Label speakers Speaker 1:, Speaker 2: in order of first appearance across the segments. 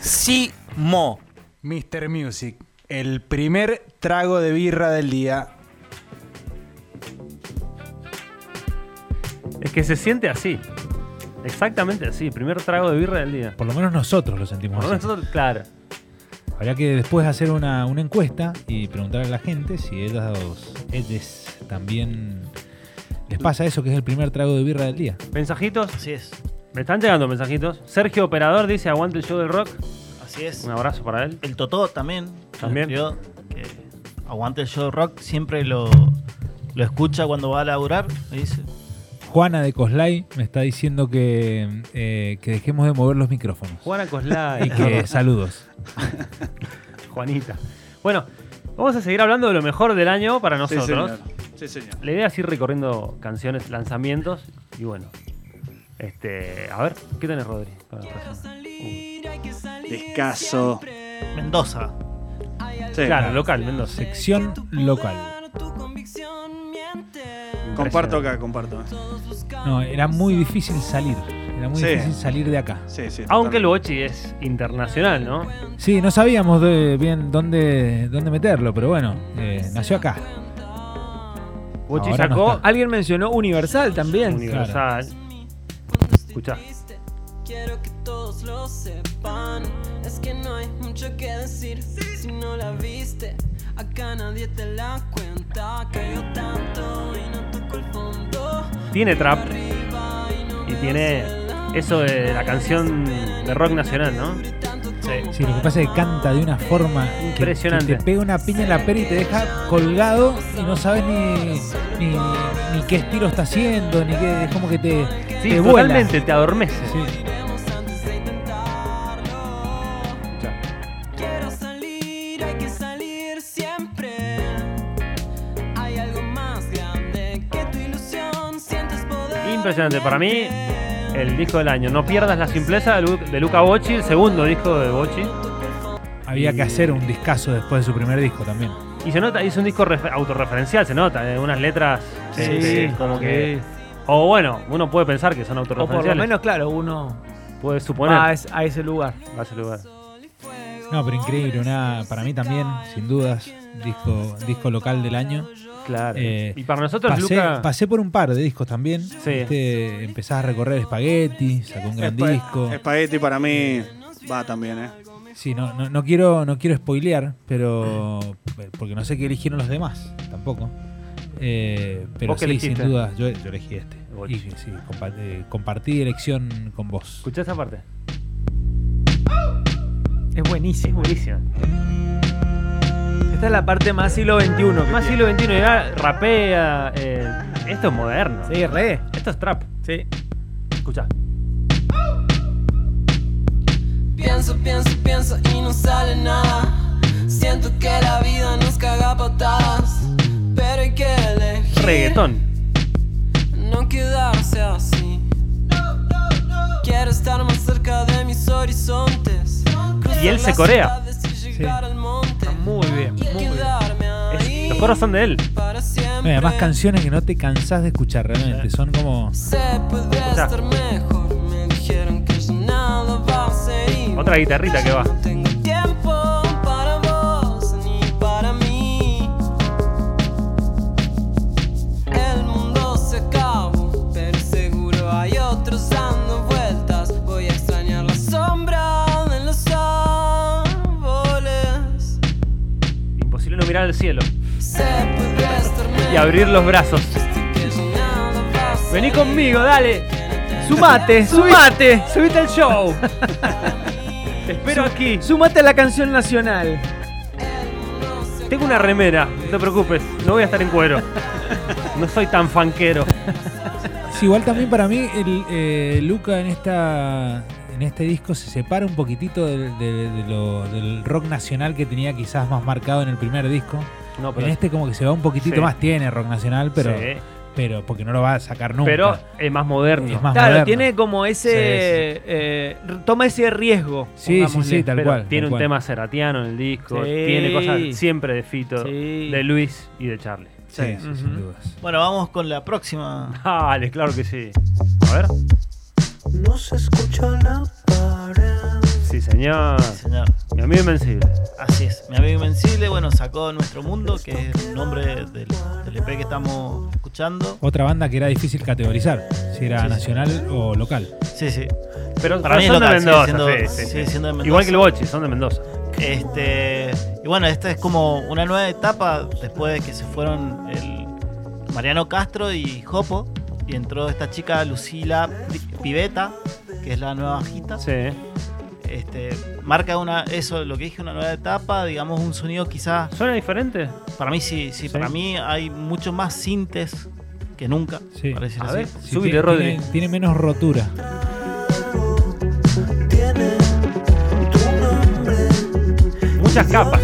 Speaker 1: Firmísimo.
Speaker 2: Mr. Music, el primer trago de birra del día.
Speaker 3: Es que se siente así. Exactamente así. Primer trago de birra del día.
Speaker 4: Por lo menos nosotros lo sentimos
Speaker 3: Por
Speaker 4: así.
Speaker 3: nosotros, claro.
Speaker 4: Habría que después hacer una, una encuesta y preguntar a la gente si ellos, ellos también les pasa eso que es el primer trago de birra del día.
Speaker 3: Mensajitos.
Speaker 1: Así es,
Speaker 3: Me están llegando mensajitos. Sergio Operador dice: Aguante el show del rock.
Speaker 1: así es.
Speaker 3: Un abrazo para él.
Speaker 1: El Totó también. que
Speaker 3: También.
Speaker 1: nos escribió, que aguante el show rock, siempre lo, lo escucha cuando va a laburar. me dice.
Speaker 4: Juana de Coslay me está diciendo que, eh, que dejemos de mover los micrófonos.
Speaker 3: Juana Coslay.
Speaker 4: Y que saludos.
Speaker 3: Juanita. Bueno, vamos a seguir hablando de lo mejor del año para nosotros.
Speaker 5: Sí, señor.
Speaker 3: La idea es ir recorriendo canciones, lanzamientos y bueno. Este, a ver, ¿qué tenés, Rodri? para la próxima? Uh,
Speaker 5: Descaso.
Speaker 1: Mendoza.
Speaker 5: Sí.
Speaker 3: claro, local, Mendoza.
Speaker 4: Sección local.
Speaker 5: Comparto
Speaker 3: Impresionante.
Speaker 5: acá, comparto.
Speaker 4: No, era muy difícil salir. Era muy
Speaker 5: Sí.
Speaker 4: difícil salir de acá.
Speaker 5: Sí, sí.
Speaker 3: Aunque
Speaker 5: totalmente.
Speaker 3: el bochi es internacional, ¿no?
Speaker 4: Sí, no sabíamos de- bien dónde, dónde meterlo, pero bueno, eh, nació acá.
Speaker 3: Bochi
Speaker 4: Ahora no
Speaker 3: sacó
Speaker 4: está.
Speaker 6: Alguien mencionó Universal también.
Speaker 3: Universal. Escuchá.
Speaker 7: Quiero que todos lo sepan. Es que no hay mucho que decir si no la viste. Acá nadie te la cuenta. Cayó tanto y no tocó el fondo.
Speaker 3: Tiene trap y tiene eso de la canción de rock nacional, ¿no?
Speaker 4: Sí, lo que pasa es que canta de una forma que-
Speaker 3: Impresionante.
Speaker 4: Que, te pega una piña en la pera y te deja colgado y no sabes ni, ni, ni qué estilo está haciendo, ni qué. Es como que te.
Speaker 3: Sí,
Speaker 4: te vuela.
Speaker 3: totalmente, te adormece.
Speaker 4: Sí.
Speaker 7: Miremos antes de intentarlo.
Speaker 3: Escuchá.
Speaker 7: Quiero salir, hay que salir siempre. Hay algo más grande que tu ilusión. Sientes poder.
Speaker 3: Impresionante, para mí el disco del año. No pierdas la simpleza de, Lu- de Luca Bocci, el segundo disco de Bocci.
Speaker 4: Había que hacer un discazo después de su primer disco también.
Speaker 3: Y se nota, es un disco refer- autorreferencial, se nota, eh, unas letras este, como que... O bueno, uno puede pensar que son
Speaker 6: O por lo
Speaker 3: autorreferenciales.
Speaker 6: menos, claro, uno
Speaker 3: puede suponer.
Speaker 6: va a, es- a ese lugar.
Speaker 3: Va a ese lugar.
Speaker 4: No, pero increíble, una, para mí también, sin dudas, disco, disco local del año.
Speaker 3: Claro.
Speaker 4: Eh,
Speaker 3: y para nosotros,
Speaker 4: Pasé,
Speaker 3: Luca.
Speaker 4: pasé por un par de discos también. Este, empezás a recorrer Spaghetti, sacó un gran
Speaker 5: Espa-
Speaker 4: disco.
Speaker 5: Espagueti para mí va también, ¿eh?
Speaker 4: Sí, no, no, no quiero, no quiero spoilear, pero. Porque no sé qué eligieron los demás, tampoco. Eh, pero
Speaker 3: ¿Vos qué
Speaker 4: sí, sin
Speaker 3: elegiste?
Speaker 4: duda, yo, yo elegí este.
Speaker 3: Bochi.
Speaker 4: Y sí, compa- eh, compartí elección con vos.
Speaker 3: Escuchá esa parte.
Speaker 6: Es buenísimo.
Speaker 3: Buenísima.
Speaker 6: Esta es la parte más siglo XXI. que
Speaker 3: Más
Speaker 6: tiene.
Speaker 3: siglo XXI, ya rapea. eh, esto es moderno.
Speaker 6: Sí, re.
Speaker 3: Esto es trap.
Speaker 6: Sí.
Speaker 3: Escucha.
Speaker 7: Pienso, pienso, pienso y no sale nada. Siento que la vida nos caga a patadas. Pero hay que elegir.
Speaker 3: Reggaetón.
Speaker 7: No quedarse así. Quiero estar más cerca de mis horizontes.
Speaker 3: Y él se corea.
Speaker 6: Muy bien, muy bien.
Speaker 3: Es- los coros son de él.
Speaker 4: No, y además, canciones que no te cansás de escuchar realmente. Son como.
Speaker 7: Se puede
Speaker 3: sea.
Speaker 7: estar mejor. Me dijeron que ya nada va a ser igual.
Speaker 3: Otra guitarrita que va.
Speaker 7: No tengo tiempo para vos ni para mí. El mundo se acabó, pero seguro hay otros dando vueltas. Voy a extrañar la sombra de los árboles.
Speaker 3: Imposible no mirar al cielo
Speaker 7: Se puede estar
Speaker 3: y abrir los brazos.
Speaker 7: mejor.
Speaker 6: Vení conmigo, dale. Sumate, sumate. Subite al show.
Speaker 3: Te espero aquí.
Speaker 6: Sumate a la canción nacional.
Speaker 3: Tengo una remera, no te preocupes. No voy a estar en cuero. No soy tan fanquero.
Speaker 4: Sí, igual también para mí, el, eh, Luca en esta. En este disco se separa un poquitito del, de- de lo- del rock nacional que tenía quizás más marcado en el primer disco.
Speaker 3: No, pero.
Speaker 4: En este como que se va un poquitito
Speaker 3: Sí.
Speaker 4: más, tiene rock nacional, pero,
Speaker 3: Sí,
Speaker 6: este,
Speaker 4: pero porque no lo va a sacar nunca.
Speaker 3: pero es más moderno.
Speaker 4: es más
Speaker 6: Claro,
Speaker 4: moderno.
Speaker 6: tiene como ese.
Speaker 4: Sí, sí.
Speaker 6: eh, r- toma ese riesgo.
Speaker 4: Sí, sí, sí,
Speaker 6: pongámosle.
Speaker 4: tal
Speaker 3: Pero
Speaker 4: cual.
Speaker 3: tiene
Speaker 4: tal
Speaker 3: un
Speaker 4: cual.
Speaker 3: tema seratiano en el disco.
Speaker 6: Sí.
Speaker 3: Tiene cosas siempre de Fito,
Speaker 6: Sí.
Speaker 3: de Luis y de Charlie.
Speaker 4: Sí,
Speaker 5: Sí.
Speaker 4: sí,
Speaker 6: Ujú.
Speaker 4: sin dudas.
Speaker 1: Bueno, vamos con la próxima.
Speaker 3: Dale, claro que sí. A ver.
Speaker 8: No se escucha la pared.
Speaker 3: señor.
Speaker 1: Sí, señor.
Speaker 3: Mi amigo invencible.
Speaker 1: Así es, mi amigo Invencible, bueno, sacó Nuestro Mundo, que es el nombre del, del EP que estamos escuchando.
Speaker 4: Otra banda que era difícil categorizar, si era
Speaker 1: Sí, sí.
Speaker 4: nacional o local.
Speaker 1: Sí, sí.
Speaker 3: Pero pero
Speaker 1: Para mí es
Speaker 3: son de
Speaker 1: local, sigue
Speaker 3: Mendoza.
Speaker 1: siendo-
Speaker 3: sí, sí,
Speaker 1: sigue
Speaker 3: sí.
Speaker 1: siendo
Speaker 3: Igual
Speaker 1: de Mendoza.
Speaker 3: que el Bochi, son de Mendoza.
Speaker 1: Este, y bueno, esta es como una nueva etapa después de que se fueron el Mariano Castro y Jopo. Y entró esta chica Lucila Pri- Piveta, que es la nueva bajista.
Speaker 3: Sí.
Speaker 1: Este, marca una, eso, lo que dije, una nueva etapa, digamos, un sonido quizás
Speaker 3: ¿Suena diferente?
Speaker 1: Para mí sí, sí,
Speaker 3: ¿Sí?
Speaker 1: para mí hay mucho más sintes que nunca.
Speaker 4: Sí.
Speaker 1: para decir
Speaker 3: A
Speaker 1: así.
Speaker 3: ver,
Speaker 4: Sí,
Speaker 3: subile,
Speaker 4: tiene-
Speaker 3: Rodri.
Speaker 4: tiene- tiene menos rotura.
Speaker 3: Muchas capas.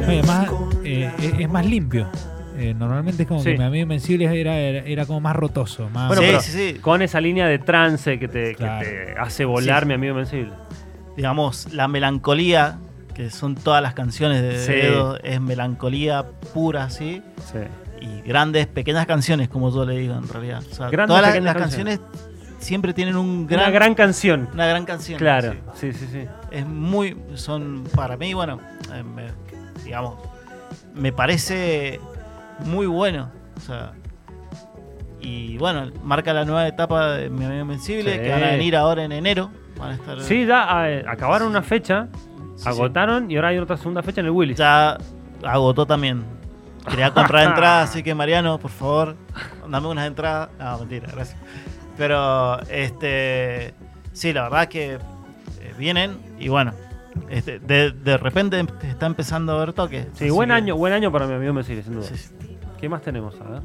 Speaker 4: No, y además eh, es, es más limpio. Eh, normalmente es como
Speaker 3: Sí.
Speaker 4: que mi amigo Invencible era, era, era como más rotoso. Más,
Speaker 3: Bueno,
Speaker 1: sí,
Speaker 3: pero-
Speaker 1: sí, sí.
Speaker 3: Con esa línea de trance que te, que
Speaker 4: Claro.
Speaker 3: te hace volar, mi amigo invencible.
Speaker 1: Digamos, la melancolía, que son todas las canciones de
Speaker 3: Sí.
Speaker 1: Dedo, es melancolía pura, sí.
Speaker 3: Sí.
Speaker 1: Y grandes, pequeñas canciones, como yo le digo en realidad. O sea,
Speaker 3: Grandes,
Speaker 1: todas las,
Speaker 3: pequeñas
Speaker 1: las canciones siempre tienen un gran,
Speaker 3: Una gran canción.
Speaker 1: una gran canción.
Speaker 3: Claro.
Speaker 1: sí.
Speaker 3: Sí, sí, sí.
Speaker 1: es muy son para mí bueno eh, me- digamos me parece muy bueno o sea y bueno marca la nueva etapa de mi amigo invencible
Speaker 3: Sí.
Speaker 1: que van a venir ahora en enero van a estar
Speaker 3: Sí, ya eh, acabaron una fecha,
Speaker 1: sí.
Speaker 3: agotaron y ahora hay otra segunda fecha en el Willis.
Speaker 1: ya agotó también quería comprar entradas así que Mariano por favor dame unas entradas no mentira gracias pero este sí la verdad que eh, vienen y bueno este, de, de repente está empezando a haber toques
Speaker 3: Sí,
Speaker 1: así
Speaker 3: buen
Speaker 1: que-
Speaker 3: año, buen año para mi amigo invencible, sin duda.
Speaker 1: Sí, sí.
Speaker 3: ¿Qué más tenemos? A ver.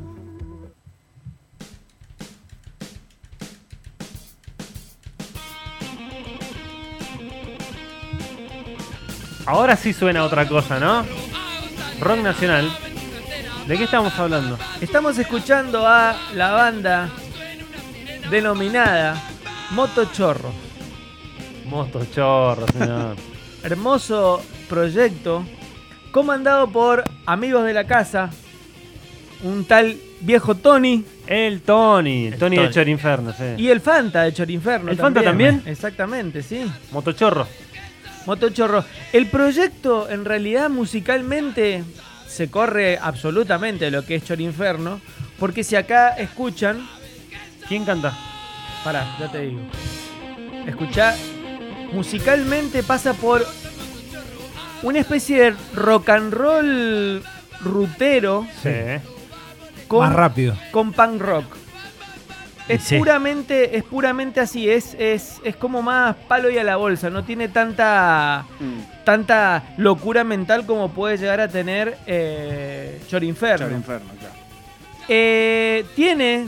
Speaker 3: Ahora sí suena otra cosa, ¿no? Rock nacional. ¿De qué estamos hablando?
Speaker 6: Estamos escuchando a la banda denominada Motochorro.
Speaker 3: Mosto chorro, señor.
Speaker 6: Hermoso proyecto comandado por amigos de la casa, un tal viejo Tony
Speaker 3: El Tony, el
Speaker 1: El
Speaker 3: Tony,
Speaker 1: Tony.
Speaker 3: de Chorinferno, sí.
Speaker 6: y el Fanta de Chorinferno.
Speaker 3: ¿El Fanta también?
Speaker 6: Exactamente, sí.
Speaker 3: Motochorro.
Speaker 6: Motochorro. El proyecto, en realidad, musicalmente, se corre absolutamente lo que es Chorinferno. Porque si acá escuchan.
Speaker 3: ¿Quién canta?
Speaker 6: Pará, ya te digo. Escuchá. Musicalmente pasa por una especie de rock and roll rutero
Speaker 3: Sí.
Speaker 6: con,
Speaker 4: más rápido.
Speaker 6: con punk rock. Es
Speaker 1: Sí.
Speaker 6: puramente, es puramente así, es, es, es como más palo y a la bolsa, no tiene tanta.
Speaker 5: Mm,
Speaker 6: tanta locura mental como puede llegar a tener eh, Chorinferno.
Speaker 5: Charo Inferno, claro.
Speaker 6: Eh, tiene,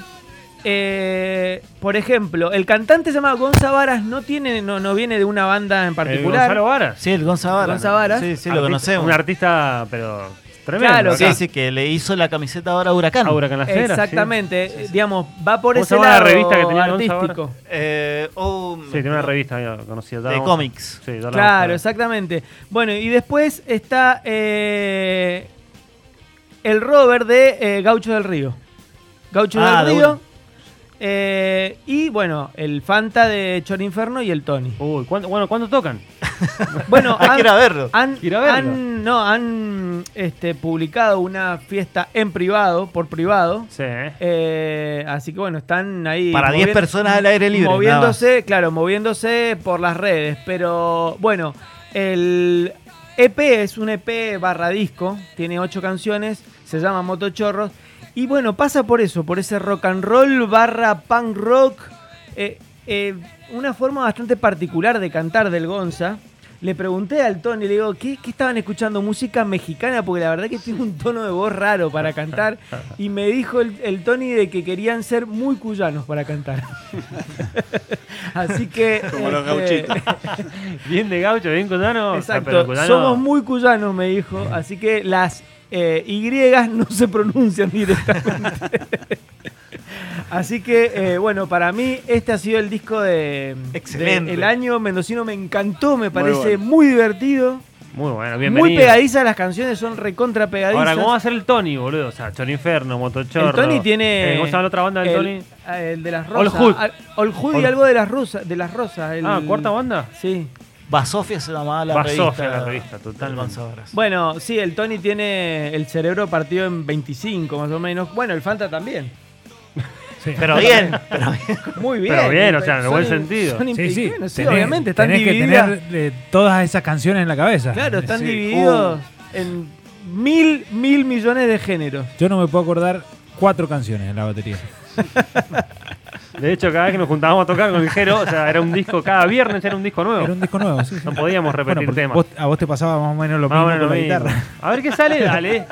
Speaker 6: eh, por ejemplo, el cantante se llama Gonza Varas, no, tiene, no, no viene de una banda en
Speaker 3: El
Speaker 6: particular.
Speaker 3: Gonzalo Varas.
Speaker 1: Sí, el Gonza Varas.
Speaker 6: Gonza Varas.
Speaker 1: Sí, sí, Ah, lo
Speaker 3: Artista-
Speaker 1: conocemos.
Speaker 3: Un artista, pero tremendo.
Speaker 6: Claro,
Speaker 1: Sí,
Speaker 3: acá.
Speaker 1: sí, que le hizo la camiseta ahora a Huracán.
Speaker 3: Aura con las Heras, sí.
Speaker 6: Exactamente, digamos, va por
Speaker 3: ¿Cómo
Speaker 6: ese
Speaker 3: se llama la
Speaker 6: lado
Speaker 3: revista que tenía Gonza
Speaker 6: artístico.
Speaker 1: Eh, oh,
Speaker 3: Sí, tiene una revista eh, conocida. ya
Speaker 1: De
Speaker 3: vamos-
Speaker 1: cómics.
Speaker 3: Sí, ya la vamos a
Speaker 6: Claro,
Speaker 3: ver.
Speaker 6: exactamente. Bueno, y después está eh, el rover de eh, Gaucho del Río. Gaucho
Speaker 1: Ah,
Speaker 6: del
Speaker 1: de
Speaker 6: Río.
Speaker 1: una.
Speaker 6: eh, y bueno, el Fanta de Chorinferno y el Tony.
Speaker 3: Uy, ¿cuándo, bueno, ¿cuándo tocan?
Speaker 6: Bueno,
Speaker 1: Ah, quiero verlo.
Speaker 6: han-
Speaker 3: Quiero verlo.
Speaker 6: han- no, han este, publicado una fiesta en privado, por privado.
Speaker 3: Sí. eh.
Speaker 6: Eh, así que bueno, están ahí.
Speaker 1: Para 10
Speaker 6: moviendo-
Speaker 1: personas al aire libre,
Speaker 6: Moviéndose, claro, moviéndose por las redes. Pero bueno, el EP es un EP barra disco, tiene 8 canciones, se llama Motochorros. Y bueno, pasa por eso, por ese rock and roll barra punk rock. eh, eh, una forma bastante particular de cantar del Gonza. Le pregunté al Tony, le digo, ¿qué, qué estaban escuchando? ¿Música mexicana? Porque la verdad que tiene un tono de voz raro para cantar. Y me dijo el, el Tony de que querían ser muy cuyanos para cantar. Así que.
Speaker 5: Como los
Speaker 6: este,
Speaker 5: gauchitos.
Speaker 3: Bien de gaucho, bien cuyano. Ah,
Speaker 6: Exacto.
Speaker 3: pero cuyano-
Speaker 6: Somos muy cuyanos, me dijo. Así que las eh, Y no se pronuncian directamente. Así que, eh, bueno, para mí este ha sido el disco de,
Speaker 1: Excelente.
Speaker 6: de el año mendocino. Me encantó, me
Speaker 5: Muy
Speaker 6: parece
Speaker 5: bueno.
Speaker 6: muy divertido.
Speaker 3: Muy bueno, bienvenido.
Speaker 6: Muy pegadizas las canciones, son recontra pegadizas.
Speaker 3: Ahora, ¿cómo va a ser el Tony, boludo? O sea, Tony Inferno, Motochorro.
Speaker 6: El Tony tiene.
Speaker 3: Eh, ¿Cómo se llama la otra banda del
Speaker 6: el,
Speaker 3: Tony?
Speaker 6: ah, El de las
Speaker 3: All
Speaker 6: rosas.
Speaker 3: Hood.
Speaker 6: Ah, All Hood y
Speaker 3: All-
Speaker 6: algo de las rosas. De las rosas el-
Speaker 3: Ah, ¿cuarta banda?
Speaker 6: Sí.
Speaker 1: Basofia se llamaba la revista.
Speaker 3: Basofia, la revista, totalmente.
Speaker 1: totalmente.
Speaker 6: Bueno, sí, el Tony tiene el cerebro partido en 25 más o menos. Bueno, el Fanta también.
Speaker 1: Pero bien, pero bien.
Speaker 6: Muy bien.
Speaker 3: Pero bien, o sea, en el buen sentido.
Speaker 6: son
Speaker 4: Sí, sí.
Speaker 6: impecables, sí,
Speaker 4: tenés-
Speaker 6: obviamente, están
Speaker 4: tenés
Speaker 6: divididas.
Speaker 4: que tener eh, todas esas canciones en la cabeza.
Speaker 6: Claro, están
Speaker 4: Sí. uh.
Speaker 6: divididos en mil, mil millones de géneros.
Speaker 4: Yo no me puedo acordar cuatro canciones en la batería.
Speaker 3: De hecho, cada vez que nos juntábamos a tocar con el Jero, o sea, era un disco, cada viernes era un disco nuevo.
Speaker 4: Era un disco nuevo, sí. sí.
Speaker 3: No podíamos
Speaker 4: Bueno,
Speaker 3: repetir
Speaker 4: porque
Speaker 3: temas.
Speaker 4: vos- a vos te pasaba más o menos lo
Speaker 3: Más o
Speaker 4: mismo
Speaker 3: menos
Speaker 4: con la
Speaker 3: lo mismo.
Speaker 4: guitarra.
Speaker 3: A ver qué sale, dale.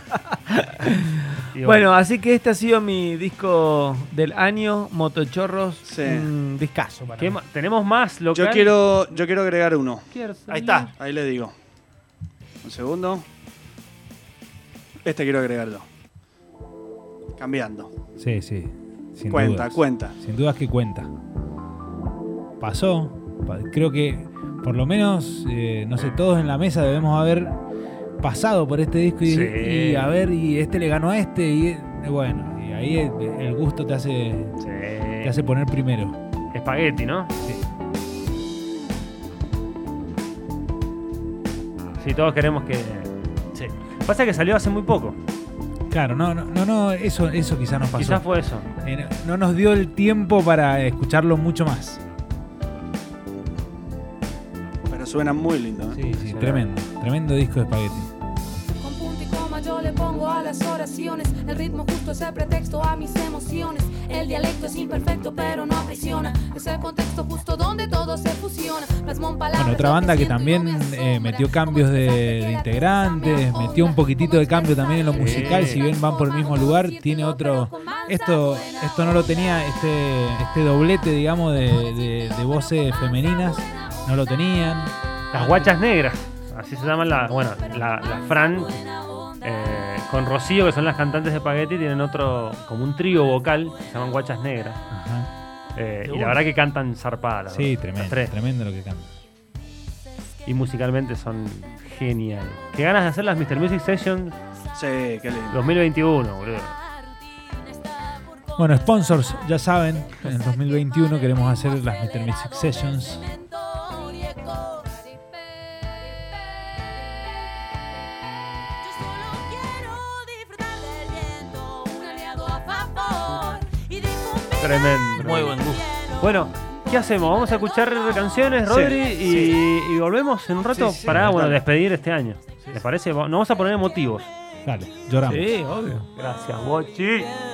Speaker 3: Y
Speaker 6: Bueno, así que este ha sido mi disco del año, Motochorros.
Speaker 5: Sí.
Speaker 6: Un discazo para
Speaker 3: ¿qué
Speaker 6: mí.
Speaker 3: ma- ¿tenemos más local?
Speaker 5: Yo quiero, yo quiero agregar uno.
Speaker 1: Ahí está.
Speaker 5: Ahí le digo. Un segundo. Este quiero agregarlo. Cambiando.
Speaker 4: Sí, sí. Sin
Speaker 5: cuenta,
Speaker 4: dudas.
Speaker 5: cuenta.
Speaker 4: Sin dudas que cuenta. Pasó. pa- Creo que por lo menos, eh, no sé, todos en la mesa debemos haber pasado por este disco y,
Speaker 3: Sí.
Speaker 4: y a ver, y este le ganó a este, y eh, bueno, y ahí el, el gusto te hace, te
Speaker 3: Sí.
Speaker 4: hace poner primero.
Speaker 3: Espagueti, ¿no?
Speaker 4: Sí.
Speaker 3: Sí, todos queremos que.
Speaker 1: Sí.
Speaker 3: Pasa que salió hace muy poco.
Speaker 4: Claro, no, no, no, no, eso, eso quizás nos pasó.
Speaker 3: Quizás fue eso.
Speaker 4: Eh, no- no nos dio el tiempo para escucharlo mucho más.
Speaker 5: Pero suena muy lindo. ¿eh?
Speaker 4: Sí, sí,
Speaker 3: Sí.
Speaker 4: tremendo, tremendo disco de espagueti.
Speaker 8: Con punto y coma yo le pongo a las oraciones. El ritmo justo es el pretexto a mis emociones. El dialecto es imperfecto, pero no aprisiona. Es el contexto justo donde todo se fusiona. Plasmó en palabras
Speaker 4: Bueno, otra
Speaker 8: lo que
Speaker 4: banda que
Speaker 8: siento y no
Speaker 4: también
Speaker 8: me asombra.
Speaker 4: eh, metió cambios de, de integrantes, metió un poquitito de cambio también en lo musical, si bien van por el mismo lugar, tiene otro... Esto, esto no lo tenía, este, este doblete, digamos, de, de- de voces femeninas, no lo tenían.
Speaker 3: Las guachas negras. Así se llaman la. Bueno, la, la Fran. eh, con Rocío, que son las cantantes de Spaghetti, tienen otro. como un trío vocal. Se llaman guachas negras.
Speaker 4: Ajá.
Speaker 3: Eh, y
Speaker 1: bueno.
Speaker 3: la verdad que cantan zarpada. la
Speaker 4: Sí,
Speaker 3: verdad, las
Speaker 4: tremendo,
Speaker 3: tres.
Speaker 4: tremendo lo que cambia.
Speaker 3: Y musicalmente son genial. Qué ganas de hacer las Mr. Music Session
Speaker 5: Sí, qué lindo.
Speaker 3: 2021, boludo.
Speaker 4: Bueno, sponsors, ya saben, en el 2021 queremos hacer las Mr. Music Sessions.
Speaker 3: Tremendo.
Speaker 1: Muy buen gusto.
Speaker 3: Bueno, ¿qué hacemos? Vamos a escuchar canciones, Rodri, y, y volvemos en un rato
Speaker 1: Sí, sí,
Speaker 3: para
Speaker 1: dale.
Speaker 3: bueno, despedir este año. ¿Les parece? Va- Nos vamos a poner motivos.
Speaker 4: Dale, lloramos.
Speaker 6: Sí, obvio.
Speaker 3: Gracias, Bochi.
Speaker 7: Quiero